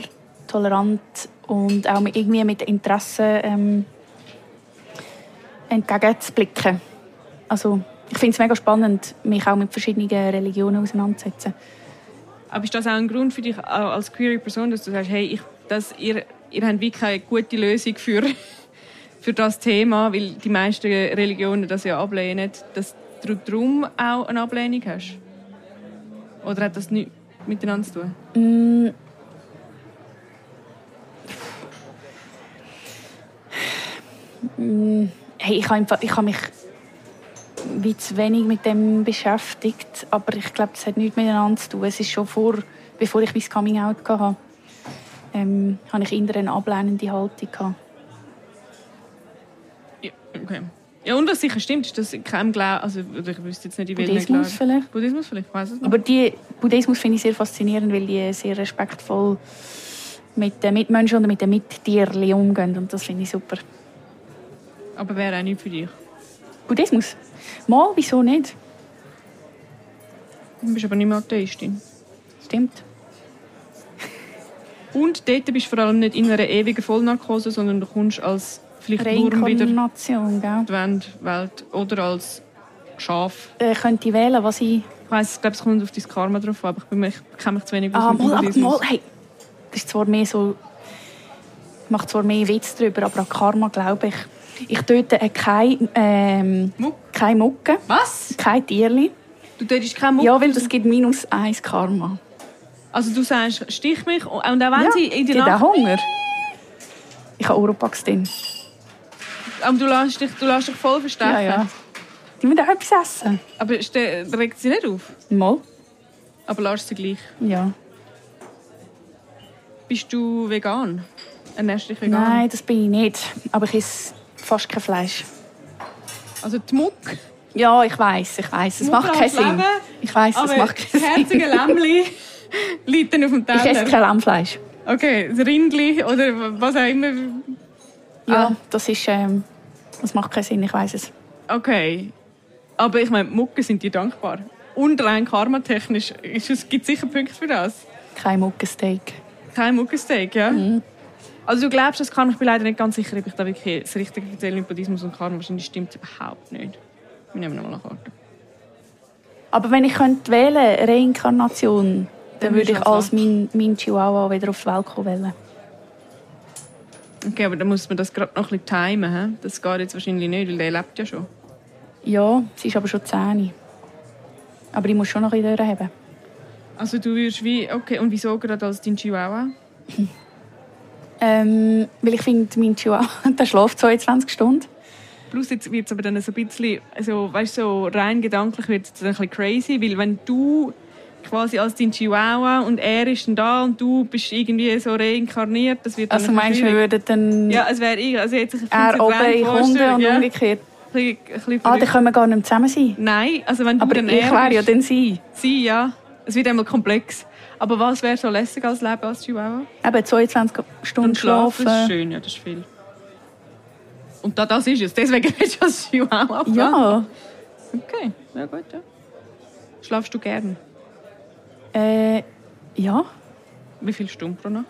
B: tolerant und auch mit, irgendwie mit Interessen ähm, entgegenzublicken. Also ich finde es mega spannend, mich auch mit verschiedenen Religionen auseinanderzusetzen.
A: Aber ist das auch ein Grund für dich auch als queere Person, dass du sagst, hey, ich, dass ihr, ihr habt wie keine gute Lösung für, für das Thema, weil die meisten Religionen das ja ablehnen, dass du darum auch eine Ablehnung hast? Oder hat das nichts miteinander zu tun?
B: Mm. Mm. Hey, ich habe im Fall- ich habe mich wie zu wenig mit dem beschäftigt, aber ich glaube, das hat nichts miteinander zu tun. Es ist schon vor, bevor ich mein Coming-out hatte, ähm, habe ich eher eine ablehnende Haltung. Gehabt.
A: Ja, okay. Ja, und was sicher stimmt, ist, dass in keinem Glauben, also oder ich wüsste jetzt nicht, in welchen
B: Buddhismus
A: Glauben-
B: vielleicht?
A: Buddhismus vielleicht, ich weiß es nicht.
B: Aber die Buddhismus finde ich sehr faszinierend, weil die sehr respektvoll mit den Mitmenschen und mit den Mittierchen umgehen und das finde ich super.
A: Aber wäre auch nicht für dich.
B: Buddhismus? Mal, wieso nicht?
A: Du bist aber nicht mehr Atheistin.
B: Stimmt.
A: Und dort bist du vor allem nicht in einer ewigen Vollnarkose, sondern du kommst als vielleicht Wurm um wieder in
B: Reinkarnation, gell?
A: die Wend- Welt oder als Schaf.
B: Äh, könnte ich wählen, was ich...
A: Ich weiss, ich glaube, es kommt auf dein Karma drauf an, aber ich, bin, mir- ich kenne mich zu wenig
B: Ah,
A: dem
B: mal, aber
A: Buddhismus.
B: mal, hey. Das ist zwar mehr so... macht zwar mehr Witz darüber, aber an Karma glaube ich. Ich töte äh, keine, ähm,
A: Muck.
B: keine Mucke,
A: Was?
B: keine Tierli.
A: Du tätest keinen Muck?
B: Ja, weil das gibt minus eins Karma.
A: Also du sagst, stich mich und und auch wenn
B: ja, genau.
A: sie in die
B: gibt
A: Nacht...
B: auch Hunger. Ich habe Oropax drin.
A: Aber du lässt dich, du lässt dich voll verstecken.
B: Ja, ja. Die müssen auch etwas essen.
A: Aber ste- regt sie nicht auf?
B: Mal.
A: Aber lässt sie gleich.
B: Ja.
A: Bist du vegan? Ernährst du dich vegan?
B: Nein, das bin ich nicht. Aber ich esse fast kein Fleisch.
A: Also die Muck.
B: Ja, ich weiß, ich weiß. Es
A: Mutter
B: macht keinen
A: als
B: Sinn.
A: Leben,
B: Ich weiß, es
A: aber
B: macht
A: das
B: keinen Sinn.
A: herzige Lämmli liegt dann auf dem
B: Ich esse
A: Teller.
B: kein Lammfleisch.
A: Okay, das Rindli oder was auch immer.
B: Ja,
A: Ah.
B: das ist. Ähm, das macht keinen Sinn, ich weiß es.
A: Okay. Aber ich meine, die Mucke sind dir dankbar. Und rein karmatechnisch ist es- gibt es sicher Punkte für das.
B: Kein Muckensteak.
A: Kein Muckensteak, ja? Also du glaubst, das kann ich bin leider nicht ganz sicher, ob ich da wirklich das richtige erzähle über Buddhismus und Karma. Wahrscheinlich stimmt es überhaupt nicht. Wir nehmen nochmal eine Karte.
B: Aber wenn ich könnte wählen Reinkarnation, dann würde ich
A: würdest du
B: als mein, mein Chihuahua wieder auf die Welt kommen wählen.
A: Okay, aber dann muss man das gerade noch ein bisschen timen. He? Das geht jetzt wahrscheinlich nicht, weil der lebt ja schon.
B: Ja, sie ist aber schon 10. Aber ich muss schon noch ein bisschen haben.
A: Also du würdest wie... Okay, und wieso gerade als dein Chihuahua?
B: Ähm, weil ich finde, mein Chihuahua, der schläft 22 Stunden.
A: Plus jetzt wird es aber dann so ein bisschen, also, weißt, du, so rein gedanklich wird es dann ein bisschen crazy, weil wenn du quasi als dein Chihuahua und er ist dann da und du bist irgendwie so reinkarniert, das wird dann
B: Also
A: ein bisschen
B: meinst du, wir
A: schwierig.
B: würden dann
A: Ja, es wäre ich. Also jetzt, ich find's jetzt
B: er oben
A: rein
B: in Hunde
A: vorstellen,
B: und
A: ja. Ein
B: umgekehrt?
A: bisschen, ein bisschen
B: Ah, dann
A: verrückt.
B: können wir gar nicht mehr zusammen sein.
A: Nein, also wenn du
B: Aber
A: dann
B: ich
A: er
B: wäre ja
A: bist,
B: dann sie.
A: sie, ja. Es wird einmal komplex. Aber was wäre so lässig als Leben als Chihuahua?
B: Eben 22 Stunden
A: Schlafen
B: schlafen.
A: ist schön, ja, das ist viel. Und da, das ist es. Deswegen bist du als Chihuahua.
B: Ja,
A: Okay, ja gut, ja. Schlafst du gern?
B: äh, ja.
A: Wie viel Stunden pro Nacht?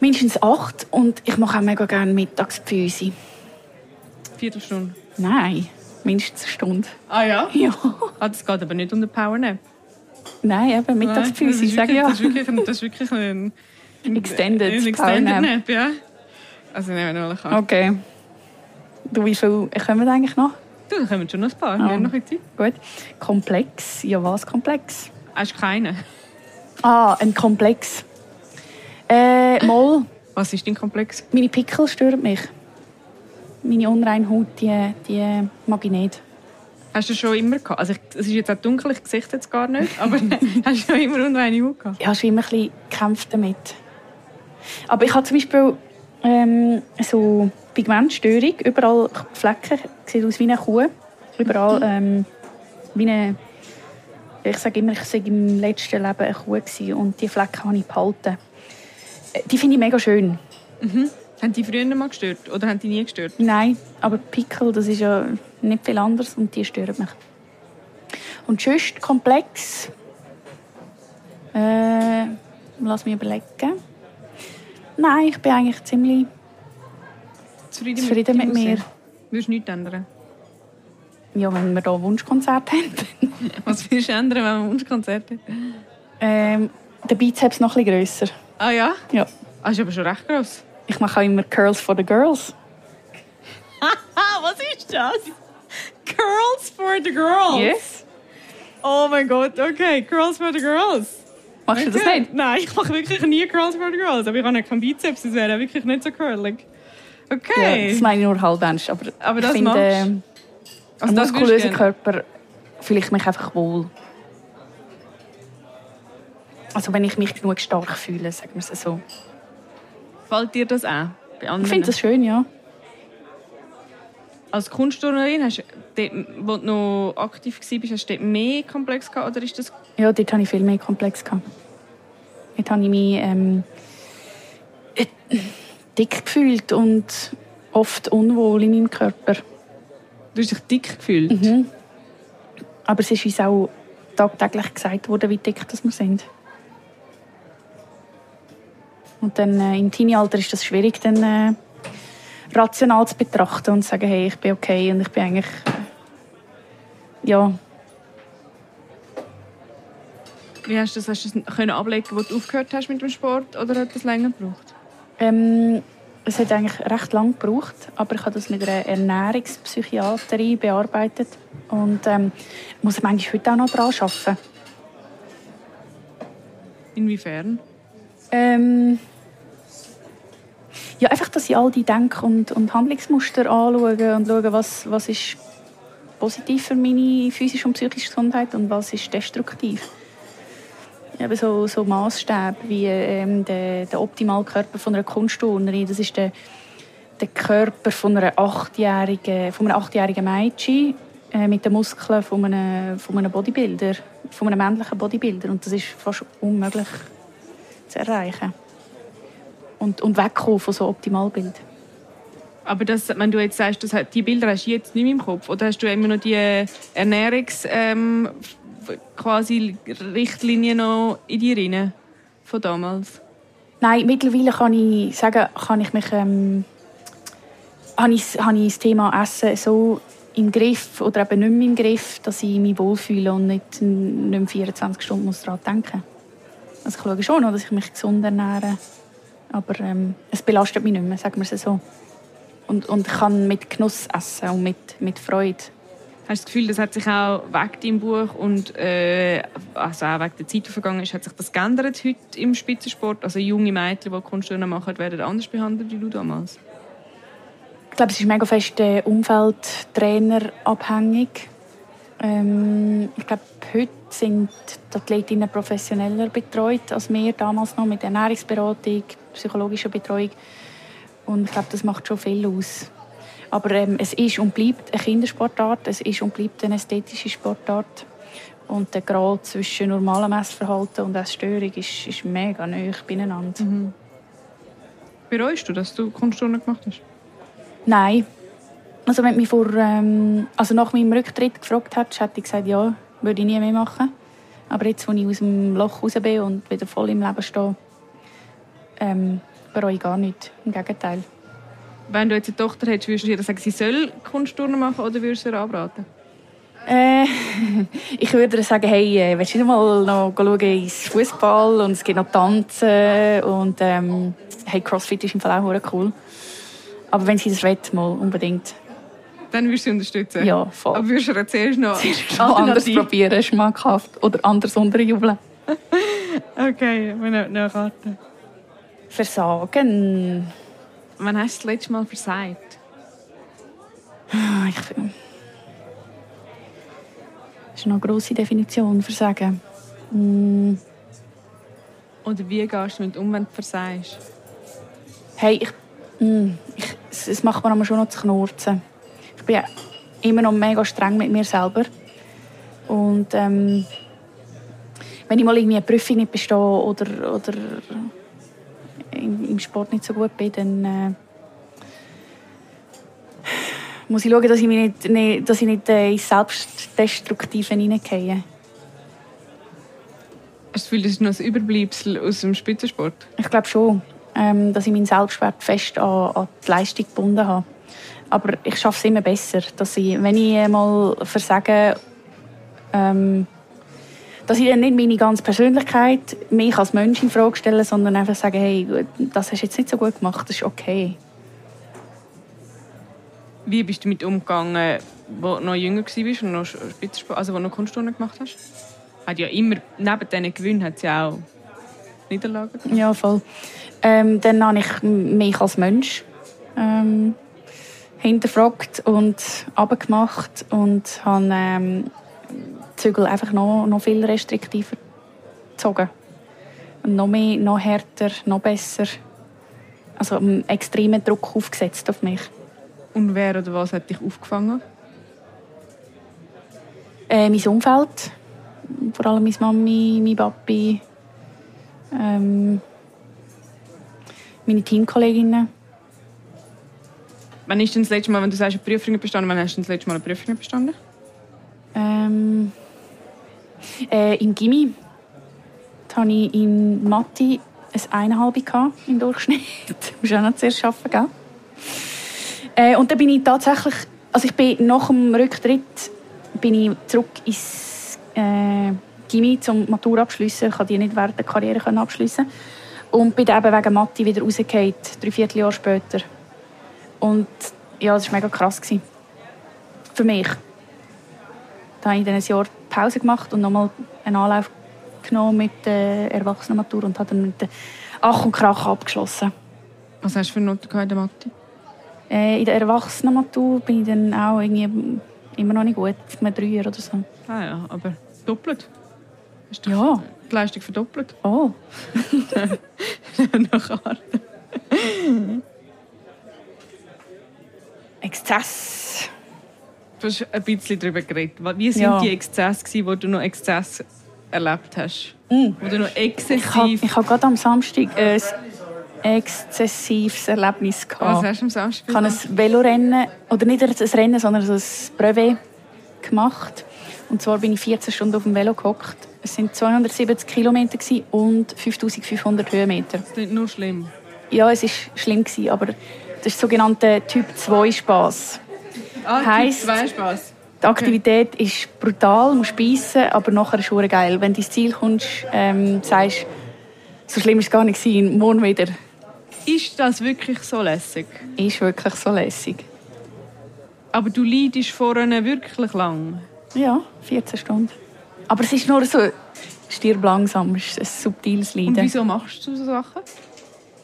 B: Mindestens acht und ich mache auch mega gerne Mittagspfüße.
A: Viertelstunde.
B: Nein, mindestens eine Stunde.
A: Ah ja?
B: Ja.
A: Ah, das geht aber nicht unter Powernap.
B: Nein, eben
A: Nein, das
B: Mittagspfüße,
A: ist
B: ich sage
A: wirklich-
B: ja.
A: Das ist wirklich, ein- das ist wirklich ein... ein-
B: Extended
A: Ein Extended
B: Powernap.
A: Nap, ja. Also nehmen wir noch eine Karte.
B: Okay. Du, wie viel kommen wir eigentlich noch?
A: Du, da kommen schon noch ein paar. Wir
B: Ah.
A: haben noch ein bisschen Zeit.
B: Gut. Komplex. Ja, was komplex?
A: Hast du keine?
B: Ah, ein Komplex. Äh, mal,
A: Was ist dein Komplex?
B: meine Pickel stören mich. Meine unreine Haut, die, die mag ich nicht.
A: Hast du schon immer gehabt? Also ich, es ist jetzt auch dunkel, ich sehe es jetzt gar nicht, aber hast du schon immer unreine Haut gehabt?
B: Ich habe schon immer ein bisschen gekämpft damit. Aber ich habe zum Beispiel ähm, so Pigmentstörung, überall Flecken, sieht aus wie eine Kuh. Überall ähm, wie eine... Ich sage immer, ich war im letzten Leben eine Kuh gewesen und die Flecken habe ich behalten. Äh, Die finde ich mega schön.
A: Haben die früher mal gestört oder haben die nie gestört?
B: Nein, aber Pickel, das ist ja nicht viel anders und die stören mich. Und sonst komplex. Äh, lass mich überlegen. Nein, ich bin eigentlich ziemlich.
A: Zufrieden,
B: Zufrieden
A: deinem
B: mit mir.
A: Aussehen? Würdest du nichts ändern?
B: Ja, wenn wir hier Wunschkonzert haben.
A: Was würdest du ändern, wenn man Wunschkonzerte hat?
B: ähm, der Bizeps noch ein bisschen grösser.
A: Ah ja?
B: Ja.
A: Ah, ist aber schon recht gross.
B: Ich mache auch immer Curls for the Girls.
A: Ah, was ist das? Curls for the girls.
B: Yes.
A: Oh mein Gott, okay, Curls for the girls.
B: Machst du das
A: Okay.
B: nicht?
A: Nein, ich mache wirklich nie Curls for the girls. Aber ich habe ja keinen Bizeps, das wäre ja wirklich nicht so curlig.
B: Ja,
A: Okay.
B: das meine ich nur halbends. Aber,
A: Aber
B: ich
A: das
B: finde,
A: machst
B: ähm,
A: also das würdest
B: ein
A: du
B: muskulöser
A: gerne.
B: Körper fühle ich mich einfach wohl. Also wenn ich mich genug stark fühle, sagen wir es so.
A: Fällt dir das an? Bei anderen?
B: Ich finde das schön, ja.
A: Als Kunstturnerin, hast du dort, wo du noch aktiv warst, hast du dort mehr Komplex gehabt oder ist das
B: Ja, dort hatte ich viel mehr Komplex. Gehabt. Dort habe ich mich ähm, äh, dick gefühlt und oft unwohl in meinem Körper.
A: Du hast dich dick gefühlt.
B: Aber es ist uns auch tagtäglich gesagt worden, wie dick das wir sind. Und dann äh, im Teenie-Alter ist das schwierig, dann äh, rational zu betrachten und zu sagen, hey, ich bin okay und ich bin eigentlich... Äh, ja,
A: Wie hast du das, hast du das können ablegen, wo du aufgehört hast mit dem Sport oder hat das länger gebraucht?
B: ähm, es hat eigentlich recht lange gebraucht, aber ich habe das mit einer Ernährungspsychiaterin bearbeitet und ähm, muss manchmal heute auch noch daran arbeiten.
A: Inwiefern?
B: Ähm, ja, einfach, dass ich all die Denk- und, und Handlungsmuster anschaue und schaue, was, was ist positiv für meine physische und psychische Gesundheit und was ist destruktiv. eben so, so Maßstäbe wie ähm, der, der optimale Körper von einer Kunstturnerin. Das ist der, der Körper von einer achtjährigen, von einem achtjährigen Mädchen äh, mit den Muskeln von einem, von einem Bodybuilder, von einem männlichen Bodybuilder. Und das ist fast unmöglich zu erreichen. Und, und wegkommen von so Optimalbild.
A: Aber das, wenn du jetzt sagst, das, hat- die Bilder hast du jetzt nicht mehr im Kopf, oder hast du immer noch die äh, Ernährungs ähm, f- quasi Richtlinie noch in dir rein von damals?
B: Nein, mittlerweile kann ich sagen, kann ich mich, ähm, habe ich, habe ich das Thema Essen so im Griff oder eben nicht mehr im Griff, dass ich mich wohlfühle und nicht, nicht mehr 24 Stunden muss daran denken muss. Also ich schaue schon, noch, dass ich mich gesund ernähre, aber ähm, es belastet mich nicht mehr, sagen wir es so. Und, und ich kann mit Genuss essen und mit, mit Freude.
A: Hast du das Gefühl, das hat sich auch wegen deinem Buch und äh, also auch wegen der Zeit, die vergangen ist, hat sich das geändert heute im Spitzensport? Also junge Mädchen, die Kunstturnen machen, werden anders behandelt wie du damals?
B: Ich glaube, es ist mega fest äh, umfeldtrainerabhängig. Ähm, ich glaube, heute sind die Athletinnen professioneller betreut als wir damals noch mit Ernährungsberatung, psychologischer Betreuung. Und ich glaube, das macht schon viel aus. Aber ähm, es ist und bleibt eine Kindersportart, es ist und bleibt eine ästhetische Sportart. Und der Grad zwischen normalem Essverhalten und Essstörung ist, ist mega nah beieinander.
A: Bereust du, dass du Kunstturnen gemacht hast?
B: Nein. Also wenn du mich vor, ähm, also nach meinem Rücktritt gefragt hättest, hätte ich gesagt, ja, würde ich nie mehr machen. Aber jetzt, wo ich aus dem Loch raus bin und wieder voll im Leben stehe, ähm, bereue ich gar nichts. Im Gegenteil.
A: Wenn du jetzt eine Tochter hättest, würdest du ihr sagen, sie soll Kunstturnen machen oder würdest du ihr abraten?
B: Äh, ich würde ihr sagen, hey, äh, willst du nicht mal noch schauen ins Fußball und es gibt noch Tanzen und ähm, hey, Crossfit ist im Fall auch verdammt cool. Aber wenn sie das will, mal unbedingt.
A: Dann würdest du sie unterstützen?
B: Ja, voll.
A: Aber würdest du ihr zuerst noch...
B: Mal anders probieren, schmackhaft oder anders unterjubeln.
A: Okay, wir nehmen noch Karten.
B: Versagen.
A: Wann hast du das letzte Mal versagt?
B: Ah, Ich, das ist noch eine grosse Definition, Versagen. Mm,
A: Oder wie gehst du damit um, wenn du versagst?
B: hey, ich, mm, ich, es, es macht mir aber schon noch zu knurzen. Ich bin ja immer noch mega streng mit mir selber. Und ähm, wenn ich mal irgendwie eine Prüfung nicht bestehe oder, oder im, im Sport nicht so gut bin, dann äh, muss ich schauen, dass ich, mich nicht, nicht, dass ich nicht äh, ins Selbstdestruktive hineingehe.
A: Hast du das Gefühl, das ist noch ein Überbleibsel aus dem Spitzensport?
B: Ich glaube schon, ähm, dass ich meinen Selbstwert fest an, an die Leistung gebunden habe. Aber ich schaffe es immer besser, dass ich, wenn ich äh, mal versage, ähm, dass ich dann nicht meine ganze Persönlichkeit, mich als Mensch in Frage stelle, sondern einfach sage, hey, gut, das hast du jetzt nicht so gut gemacht, das ist okay.
A: Wie bist du damit umgegangen, wo du noch jünger warst und noch Spitzensport, also wo du noch Kunstturnen gemacht hast? Hat ja immer, neben diesen Gewinnen hat es ja auch Niederlagen gegeben.
B: Ja, voll. Ähm, dann habe ich m- mich als Mensch ähm, hinterfragt und abgemacht und habe ähm, die Zügel einfach noch, noch viel restriktiver gezogen. Noch mehr, noch härter, noch besser. Also einen extremen Druck aufgesetzt auf mich.
A: Und wer oder was hat dich aufgefangen?
B: Äh, mein Umfeld, vor allem meine Mami, mein Papi, ähm, meine Teamkolleginnen.
A: Wann ist denn das letzte Mal, wenn du sagst, eine Prüfung nicht bestanden, wann hast du denn das letzte Mal eine Prüfung nicht bestanden?
B: Ähm, äh, Im Gimmi Da hatte ich in Mathe ein Eineinhalb gehabt, im Durchschnitt. Das musst du auch noch zuerst arbeiten, gell? Äh, und dann bin ich tatsächlich, also ich bin nach dem Rücktritt bin ich zurück ins äh, Gimmi zum Matur abschliessen. Ich konnte die nicht während der Karriere können abschliessen. Und bin dann eben wegen Mathe wieder rausgefallen, drei Vierteljahre später. Und ja, das war mega krass. Gewesen. Für mich. Da habe ich dann ein Jahr Pause gemacht und nochmal einen Anlauf genommen mit der Erwachsenenmatur und habe dann mit der Ach und Krach abgeschlossen.
A: Was hast du für Noten gehabt in der Mathe?
B: Äh, in der Erwachsenenmatur bin ich dann auch irgendwie immer noch nicht gut, auf einem Dreier oder so.
A: Ah ja, aber doppelt. Hast du-
B: Ja,
A: die Leistung verdoppelt.
B: Oh,
A: Nach Arten.
B: Exzess.
A: Du hast ein bisschen darüber geredet. Wie sind
B: Ja.
A: die Exzesse, gewesen, wo du noch Exzess erlebt hast? Wo du noch
B: Ich habe
A: exzessiv...
B: ich hab gerade am Samstag ein exzessives Erlebnis.
A: Was
B: Gehabt.
A: hast du am Samstag
B: Ich habe ein Velorennen, oder nicht ein Rennen, sondern so ein Brevet gemacht. Und zwar bin ich 14 Stunden auf dem Velo gehockt. Es sind 270 Kilometer gewesen und 5500 Höhenmeter.
A: Das ist nicht nur schlimm.
B: Ja, es ist schlimm gewesen, aber das ist sogenannter Typ 2 Spaß.
A: Ah, Heisst...
B: Heisst-
A: Zwei Spass.
B: Die Aktivität ist brutal, musst beißen, aber nachher ist es geil. Wenn du ins Ziel kommst, ähm, sagst so schlimm ist es gar nicht gewesen, morgen wieder.
A: Ist das wirklich so lässig?
B: Ist wirklich so lässig.
A: Aber du leidest vorne wirklich lang.
B: Ja, 14 Stunden. Aber es ist nur so, stirb langsam, es ist ein subtiles
A: Und
B: Leiden.
A: wieso machst du so Sachen?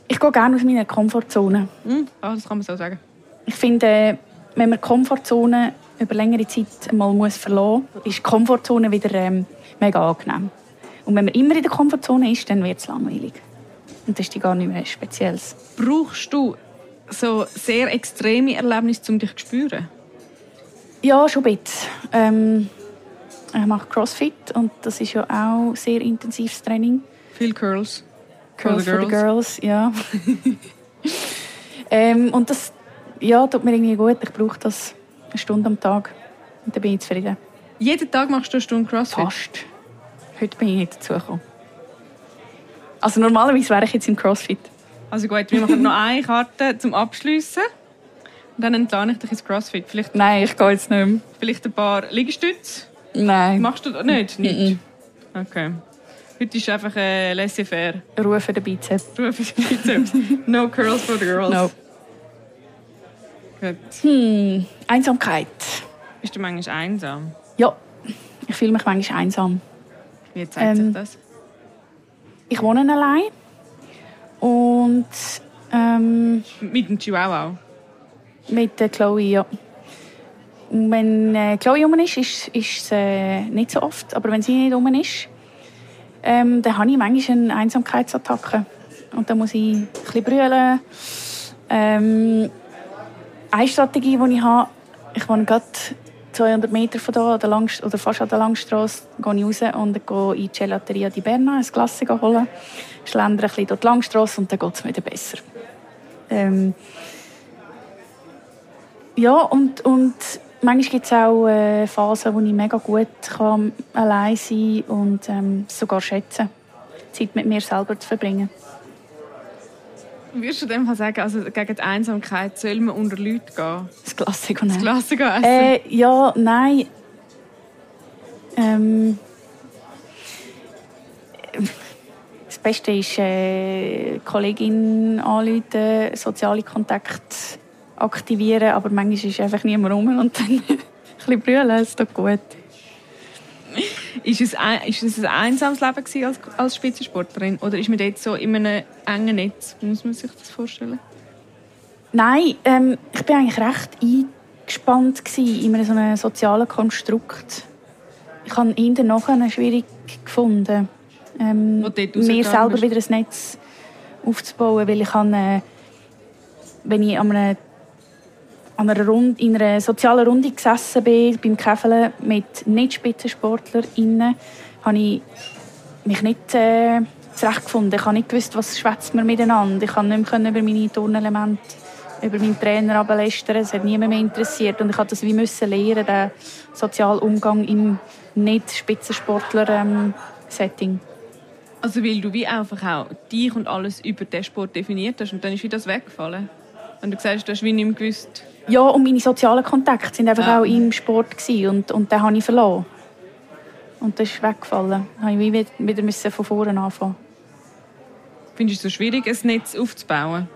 B: Ich gehe gerne aus meiner Komfortzone.
A: Hm? Ah, das kann man so sagen.
B: Ich finde, wenn man die Komfortzone über längere Zeit mal muss verlassen muss, ist die Komfortzone wieder ähm, mega angenehm. Und wenn man immer in der Komfortzone ist, dann wird es langweilig. Und das ist die gar nicht mehr Spezielles.
A: Brauchst du so sehr extreme Erlebnisse, um dich zu spüren?
B: Ja, schon ein bisschen. Ähm, ich mache Crossfit und das ist ja auch sehr intensives Training.
A: Viel Curls.
B: Girls for the
A: Girls.
B: Girls, ja. ähm, und das ja, tut mir irgendwie gut. Ich brauche das eine Stunde am Tag. Und dann bin ich zufrieden.
A: Jeden Tag machst du eine Stunde Crossfit.
B: Fast. Heute bin ich nicht dazugekommen. Also normalerweise wäre ich jetzt im Crossfit.
A: Also gut, wir machen noch eine Karte zum Abschliessen. Und dann entlasse ich dich ins Crossfit. Vielleicht,
B: Nein, ich gehe jetzt nicht mehr.
A: vielleicht ein paar Liegestütze.
B: Nein.
A: Machst du das nicht? Nicht. Okay. Heute ist einfach äh, laissez-faire.
B: Rufe den Bizeps.
A: Du hast Bizeps. No curls for the girls.
B: No.
A: Gut.
B: Hm, Einsamkeit.
A: Bist du manchmal einsam?
B: Ja, ich fühle mich manchmal einsam.
A: Wie zeigt
B: Ähm.
A: sich das?
B: Ich wohne allein. Und ähm,
A: Mit dem Chihuahua auch.
B: Mit der eh, Chloe, ja. Und Wenn äh, Chloe um ist, ist, ist es äh, nicht so oft. Aber wenn sie nicht um ist, ähm, dann habe ich manchmal eine Einsamkeitsattacke. Und dann muss ich ein bisschen brüllen. Ähm, eine Strategie, die ich habe, ich wohne gerade 200 Meter von hier, an der Langst oder fast an der Langstrasse, gehe ich raus und gehe in die Gelateria di Berna, ein Klasse holen, schlendere ein bisschen durch die Langstrasse und dann geht es mir wieder besser. Ähm, ja, und, und manchmal gibt es auch äh, Phasen, wo ich mega gut kann, allein sein kann und ähm, es sogar schätzen, Zeit mit mir selber zu verbringen.
A: Würdest du dem Fall sagen, also gegen die Einsamkeit soll man unter Leute gehen?
B: Das Klassiker. Das
A: Klassiker essen?
B: Äh, ja, nein. Ähm, das Beste ist, äh, Kolleginnen anrufen, soziale Kontakte aktivieren, aber manchmal ist einfach niemand rum und dann ein bisschen brüllen, es tut gut.
A: Ist, es ein, ist es ein einsames Leben gewesen als, als Spitzensportlerin? Oder ist man dort so in einem engen Netz? Wie muss man sich das vorstellen?
B: Nein, ähm, ich bin eigentlich recht eingespannt gsi in einem so einem sozialen Konstrukt. Ich habe ihn dann nachher schwierig gefunden, ähm,
A: Wo du dort
B: mir
A: rausgegangen
B: selber
A: bist.
B: wieder ein Netz aufzubauen, weil ich habe, äh, wenn ich an einer, an einer Runde, in einer sozialen Runde gesessen bin, beim Käfeln mit Nicht-Spitzensportlerinnen, habe ich mich nicht äh, zurechtgefunden. Ich habe nicht gewusst, was schwätzt man miteinander. Ich konnte nicht mehr über meine Turnelemente, über meinen Trainer ablästern. Es hat niemand mehr interessiert. Und ich musste das wie müssen lernen, den sozialen Umgang im ähm, Nicht-Spitzensportler-Setting.
A: Also weil du wie einfach auch dich und alles über den Sport definiert hast und dann ist wie das weggefallen. Und du sagst, du hast wie nicht mehr gewusst.
B: ja, und meine sozialen Kontakte sind einfach
A: Ja.
B: auch im Sport gewesen. und, und den habe ich verloren. Und das ist weggefallen. Dann habe ich wie wieder müssen von vorne anfangen.
A: Findest du es so schwierig, ein Netz aufzubauen?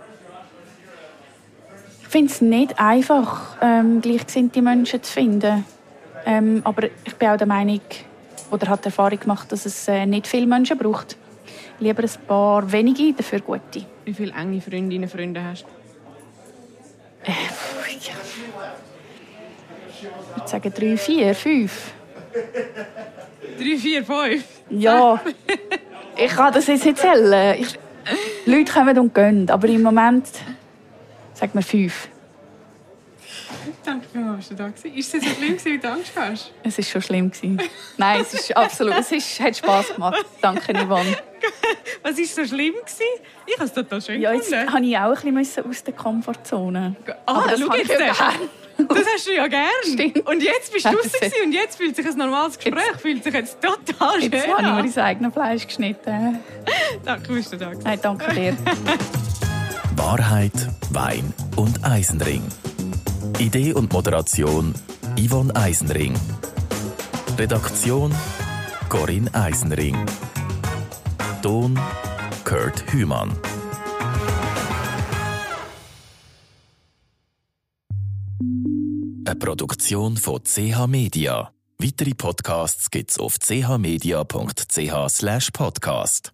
B: Ich finde es nicht einfach, ähm, gleichgesinnte Menschen zu finden. Ähm, aber ich bin auch der Meinung, oder habe die Erfahrung gemacht, dass es äh, nicht viele Menschen braucht. Lieber ein paar wenige, dafür gute.
A: Wie viele enge Freundinnen und Freunde hast du?
B: Äh, Ich würde sagen drei, vier, fünf.
A: Drei, vier, fünf?
B: Ja, ich kann das jetzt nicht zählen. Ich, Leute kommen und gehen, aber im Moment sagen wir fünf.
A: Danke vielmals, dass du da warst. Ist es so schlimm, gewesen, wie du Angst hast?
B: Es war schon schlimm. Gewesen. Nein, es ist absolut. Es ist, hat Spass gemacht. Danke, Yvonne.
A: Was war so schlimm? Gewesen? Ich habe es total schön
B: Ja, jetzt
A: gefunden.
B: musste ich auch ein bisschen aus der Komfortzone.
A: Ah,
B: Aber das
A: schau
B: habe ich
A: jetzt.
B: ja gern.
A: Das hast du ja gern.
B: Stimmt.
A: Und jetzt bist du
B: Ja,
A: draussen
B: das ist-
A: gewesen und jetzt fühlt sich ein normales Gespräch fühlt sich jetzt total schön
B: Jetzt habe ich mir
A: an.
B: ins eigene Fleisch geschnitten.
A: Danke, bist du da gewesen.
B: Nein, danke dir.
D: Wahrheit, Wein und Eisenring. Idee und Moderation Yvonne Eisenring. Redaktion Corinne Eisenring. Ton Kurt Hümann. Eine Produktion von CH Media. Weitere Podcasts gibt's auf chmedia.ch/podcast.